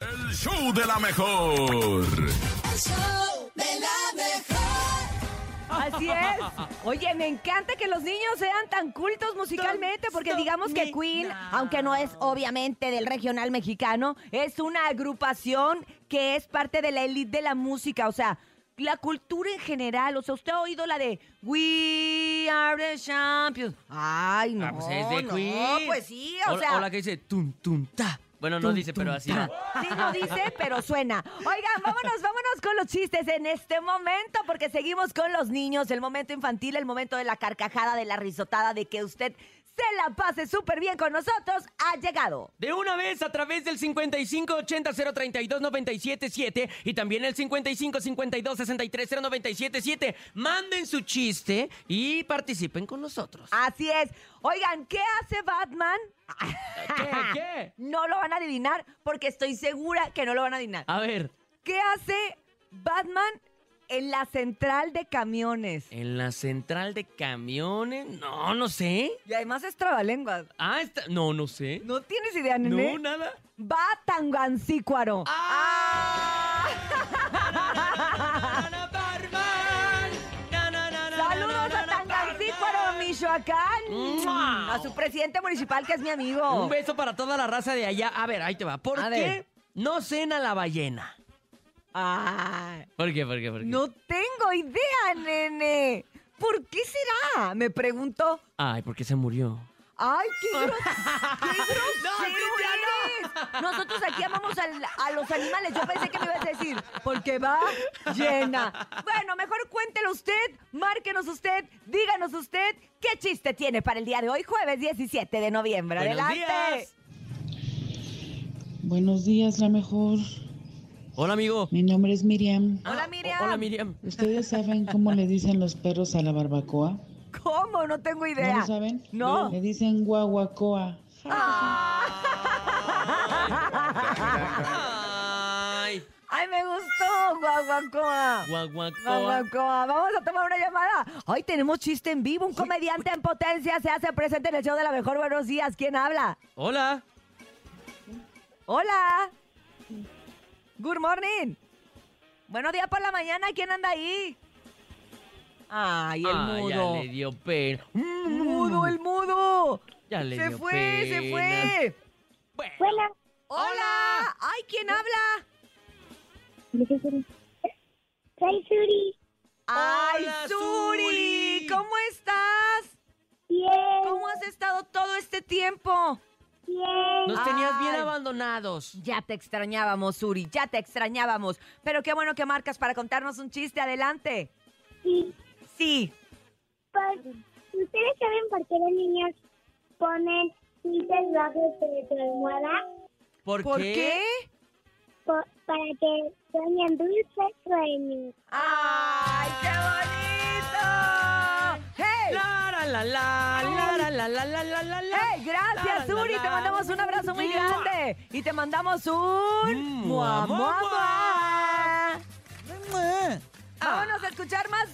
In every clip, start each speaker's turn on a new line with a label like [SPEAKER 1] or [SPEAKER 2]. [SPEAKER 1] El show de la mejor.
[SPEAKER 2] Así es. Oye, me encanta que los niños sean tan cultos musicalmente, porque digamos que Queen, aunque no es obviamente del regional mexicano, es una agrupación que es parte de la élite de la música, o sea, la cultura en general. O sea, usted ha oído la de We Are the Champions. Ay, no.
[SPEAKER 3] Ah, pues es de
[SPEAKER 2] no,
[SPEAKER 3] Queen.
[SPEAKER 2] pues sí, o, sea.
[SPEAKER 3] la que dice tun tun ta. Bueno, no
[SPEAKER 2] Tun,
[SPEAKER 3] dice,
[SPEAKER 2] tun,
[SPEAKER 3] pero así
[SPEAKER 2] ta.
[SPEAKER 3] va.
[SPEAKER 2] Sí, no dice, pero suena. Oigan, vámonos, vámonos con los chistes en este momento, porque seguimos con los niños, el momento infantil, el momento de la carcajada, de la risotada, de que usted se la pase súper bien con nosotros, ha llegado.
[SPEAKER 3] De una vez a través del 5580-032-977 y también el 5552-630977. Manden su chiste y participen con nosotros.
[SPEAKER 2] Así es. Oigan, ¿qué hace Batman?
[SPEAKER 3] ¿Qué? ¿Qué?
[SPEAKER 2] No lo van a adivinar, porque estoy segura que no lo van a adivinar.
[SPEAKER 3] A ver,
[SPEAKER 2] ¿Qué hace Batman en la central de camiones?
[SPEAKER 3] en la central de camiones, no, no sé.
[SPEAKER 2] Y además es trabalenguas.
[SPEAKER 3] Ah, está, no, no sé.
[SPEAKER 2] No tienes idea, nene.
[SPEAKER 3] No, nada.
[SPEAKER 2] Va a Tangancícuaro.
[SPEAKER 3] Ah.
[SPEAKER 2] Saludos a Tangancícuaro, Michoacán.
[SPEAKER 3] ¡Mua!
[SPEAKER 2] A su presidente municipal, que es mi amigo.
[SPEAKER 3] Un beso para toda la raza de allá. A ver, ahí te va. ¿Por
[SPEAKER 2] A
[SPEAKER 3] qué
[SPEAKER 2] ver.
[SPEAKER 3] no cena la ballena?
[SPEAKER 2] Ay,
[SPEAKER 3] ¿Por qué? ¿Por qué? ¿Por qué?
[SPEAKER 2] no tengo idea, nene. ¿Por qué será? Me pregunto.
[SPEAKER 3] Ay, porque se murió.
[SPEAKER 2] Ay, qué, gros- qué grosero
[SPEAKER 3] Cristiano!
[SPEAKER 2] eres. Nosotros aquí amamos al- a los animales. Yo pensé que me ibas a decir, porque va llena. Bueno, mejor cuéntelo usted, márquenos usted, díganos usted qué chiste tiene para el día de hoy, jueves 17 de noviembre.
[SPEAKER 3] Buenos
[SPEAKER 2] Adelante.
[SPEAKER 3] días.
[SPEAKER 4] Buenos días, la mejor.
[SPEAKER 3] Hola, amigo.
[SPEAKER 4] Mi nombre es Miriam.
[SPEAKER 2] Hola,
[SPEAKER 3] Ah,
[SPEAKER 2] Miriam.
[SPEAKER 3] o- Hola, Miriam.
[SPEAKER 4] ¿Ustedes saben cómo le dicen los perros a la barbacoa?
[SPEAKER 2] ¿Cómo? No tengo idea.
[SPEAKER 4] ¿No lo saben?
[SPEAKER 2] No.
[SPEAKER 4] Le dicen guaguacoa.
[SPEAKER 3] Ay,
[SPEAKER 2] Ay, me gustó, guaguacoa.
[SPEAKER 3] guaguacoa.
[SPEAKER 2] Guaguacoa. Vamos a tomar una llamada. Hoy tenemos chiste en vivo. Un comediante en potencia se hace presente en el show de la mejor. Buenos días. ¿Quién habla?
[SPEAKER 3] Hola.
[SPEAKER 2] Hola. Good morning. Buenos días por la mañana. ¿Quién anda ahí? Ay, el
[SPEAKER 3] Ay,
[SPEAKER 2] mudo.
[SPEAKER 3] Ah, ya le dio pena.
[SPEAKER 2] El mudo, el mudo.
[SPEAKER 3] Ya le
[SPEAKER 2] se
[SPEAKER 3] dio
[SPEAKER 2] fue, se
[SPEAKER 3] pena.
[SPEAKER 2] fue.
[SPEAKER 3] Bueno,
[SPEAKER 2] Hola. Ay, ¿quién habla?
[SPEAKER 5] Soy Suri.
[SPEAKER 2] Ay,
[SPEAKER 3] Hola,
[SPEAKER 2] Suri.
[SPEAKER 3] Suri.
[SPEAKER 2] ¿Cómo estás?
[SPEAKER 5] Bien,
[SPEAKER 2] ¿Cómo has estado todo este tiempo?
[SPEAKER 5] bien.
[SPEAKER 3] nos tenías bien
[SPEAKER 2] Ay.
[SPEAKER 3] abandonados.
[SPEAKER 2] Ya te extrañábamos, Suri, ya te extrañábamos. Pero qué bueno que marcas para contarnos un chiste. Adelante.
[SPEAKER 5] Sí,
[SPEAKER 2] Sí.
[SPEAKER 5] por- pues, ¿Ustedes saben por qué los niños ponen cintas bajo de su almohada?
[SPEAKER 3] ¿Por,
[SPEAKER 2] ¿Por qué?
[SPEAKER 5] Por- para que sueñen dulces sueños.
[SPEAKER 2] ¡Ay, qué bonito! ¡Hey!
[SPEAKER 3] La, la, la, la, la, la, la, la, la, la, la.
[SPEAKER 2] ¡Hey! Gracias,
[SPEAKER 3] La, la,
[SPEAKER 2] Suri.
[SPEAKER 3] la.
[SPEAKER 2] Te mandamos un abrazo muy
[SPEAKER 3] ¡Mua!
[SPEAKER 2] grande. Y te mandamos un.
[SPEAKER 3] ¡Mua, Mm. mua,
[SPEAKER 2] mua! Vámonos a escuchar más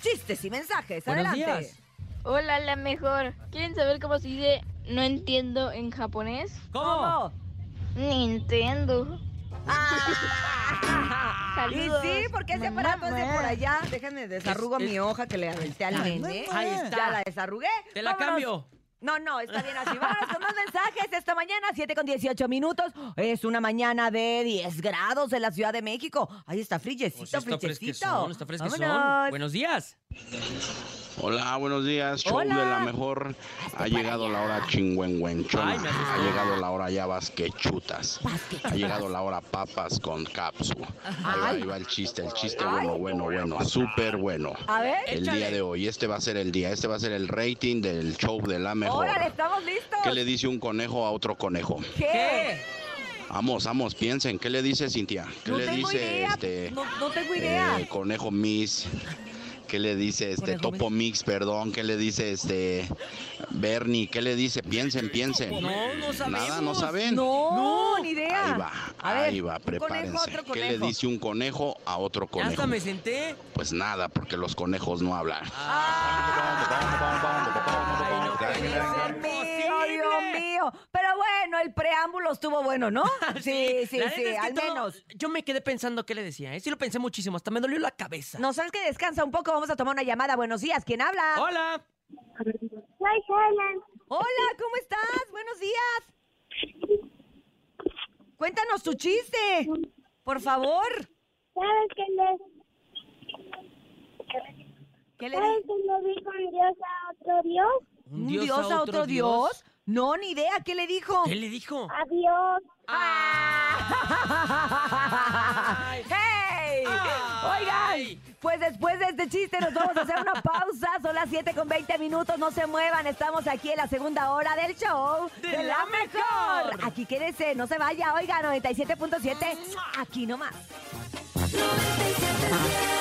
[SPEAKER 2] chistes y mensajes.
[SPEAKER 3] Ah. Buenos
[SPEAKER 2] Adelante.
[SPEAKER 3] días.
[SPEAKER 6] Hola, la mejor. ¿Quieren saber cómo se dice no entiendo en japonés?
[SPEAKER 3] ¿Cómo?
[SPEAKER 6] Nintendo.
[SPEAKER 2] Y
[SPEAKER 6] Ah. Saludos.
[SPEAKER 2] sí, porque ese
[SPEAKER 6] Mamá,
[SPEAKER 2] aparato es de por allá. Déjenme desarrugo
[SPEAKER 3] Es- es-
[SPEAKER 2] mi hoja que le aventé al nene.
[SPEAKER 3] Ahí está.
[SPEAKER 2] Ya la desarrugué.
[SPEAKER 3] Te la
[SPEAKER 2] Vámonos.
[SPEAKER 3] cambio.
[SPEAKER 2] No, no, está bien así. Vámonos con más mensajes esta mañana, 7 con 18 minutos. Es una mañana de 10 grados en la Ciudad de México. Ahí está
[SPEAKER 3] Pues
[SPEAKER 2] frillecito,
[SPEAKER 3] está
[SPEAKER 2] frillecito.
[SPEAKER 3] fresquezón, está fresquezón.
[SPEAKER 2] Vámonos.
[SPEAKER 3] Buenos días.
[SPEAKER 7] Hola, buenos días, show
[SPEAKER 2] Hola.
[SPEAKER 7] de la mejor. Ha llegado la hora chingüengüenchona.
[SPEAKER 3] Ay, me asustó.
[SPEAKER 7] Ha llegado la hora ya vas que chutas. Ha llegado la hora papas con cápsula. Ahí va,
[SPEAKER 2] Ay.
[SPEAKER 7] ahí va el chiste, el chiste
[SPEAKER 2] Ay.
[SPEAKER 7] bueno, bueno, bueno, súper bueno.
[SPEAKER 2] A ver,
[SPEAKER 7] El
[SPEAKER 3] Échale.
[SPEAKER 7] día de hoy, este va a ser el día, este va a ser el rating del show de la mejor.
[SPEAKER 2] órale, estamos listos.
[SPEAKER 7] ¿Qué le dice un conejo a otro conejo?
[SPEAKER 2] Eh. ¿Qué?
[SPEAKER 7] Vamos, vamos, piensen, ¿qué le dice Cintia? ¿Qué
[SPEAKER 2] No
[SPEAKER 7] le
[SPEAKER 2] tengo
[SPEAKER 7] dice
[SPEAKER 2] idea.
[SPEAKER 7] este
[SPEAKER 2] No, no tengo idea.
[SPEAKER 7] eh, conejo Miss. ¿Qué le dice este
[SPEAKER 2] Conejo
[SPEAKER 7] Topo Mix, perdón? ¿Qué le dice este Bernie? ¿Qué le dice? Piensen, piensen.
[SPEAKER 3] No, no sabemos.
[SPEAKER 7] Nada, no saben.
[SPEAKER 2] no,
[SPEAKER 3] No.
[SPEAKER 2] ni idea.
[SPEAKER 7] Ahí va,
[SPEAKER 2] A ver,
[SPEAKER 7] ahí va,
[SPEAKER 2] un conejo,
[SPEAKER 7] prepárense.
[SPEAKER 2] otro
[SPEAKER 7] ¿Qué le
[SPEAKER 2] conejo.
[SPEAKER 7] dice un conejo a otro
[SPEAKER 3] Ya
[SPEAKER 7] conejo?
[SPEAKER 3] hasta me senté.
[SPEAKER 7] Pues nada, porque los conejos no hablan.
[SPEAKER 3] Ay, no puede ser
[SPEAKER 2] Ah. Dios mío, Dios mío. Pero bueno, el preámbulo estuvo bueno, ¿no? Sí, sí,
[SPEAKER 3] la
[SPEAKER 2] sí,
[SPEAKER 3] neta es que
[SPEAKER 2] al
[SPEAKER 3] todo-
[SPEAKER 2] menos.
[SPEAKER 3] Yo me quedé pensando qué le decía, ¿eh? Sí lo pensé muchísimo, hasta me dolió la cabeza.
[SPEAKER 2] No sabes que descansa un poco, vamos a tomar una llamada. Buenos días, ¿quién habla?
[SPEAKER 3] Hola.
[SPEAKER 5] Soy Helen.
[SPEAKER 2] Hola, ¿cómo estás? Buenos días. Cuéntanos tu chiste, por favor.
[SPEAKER 5] ¿Sabes qué le,
[SPEAKER 2] ¿Qué le
[SPEAKER 5] ¿sabes
[SPEAKER 2] di-
[SPEAKER 5] qué le dijo un dios a otro dios?
[SPEAKER 2] ¿Un dios, a otro dios? No, ni idea, ¿qué le dijo?
[SPEAKER 3] ¿Qué le dijo?
[SPEAKER 5] Adiós.
[SPEAKER 2] Ah.
[SPEAKER 3] Ay.
[SPEAKER 2] ¡Hey!
[SPEAKER 3] Ay.
[SPEAKER 2] Oigan, pues después de este chiste nos vamos a hacer una pausa. Son las 7 con 20 minutos. No se muevan, estamos aquí en la segunda hora del show
[SPEAKER 3] De la mejor.
[SPEAKER 2] Aquí quédese, no se vaya. Oiga, 97.7, aquí nomás.
[SPEAKER 8] 97.7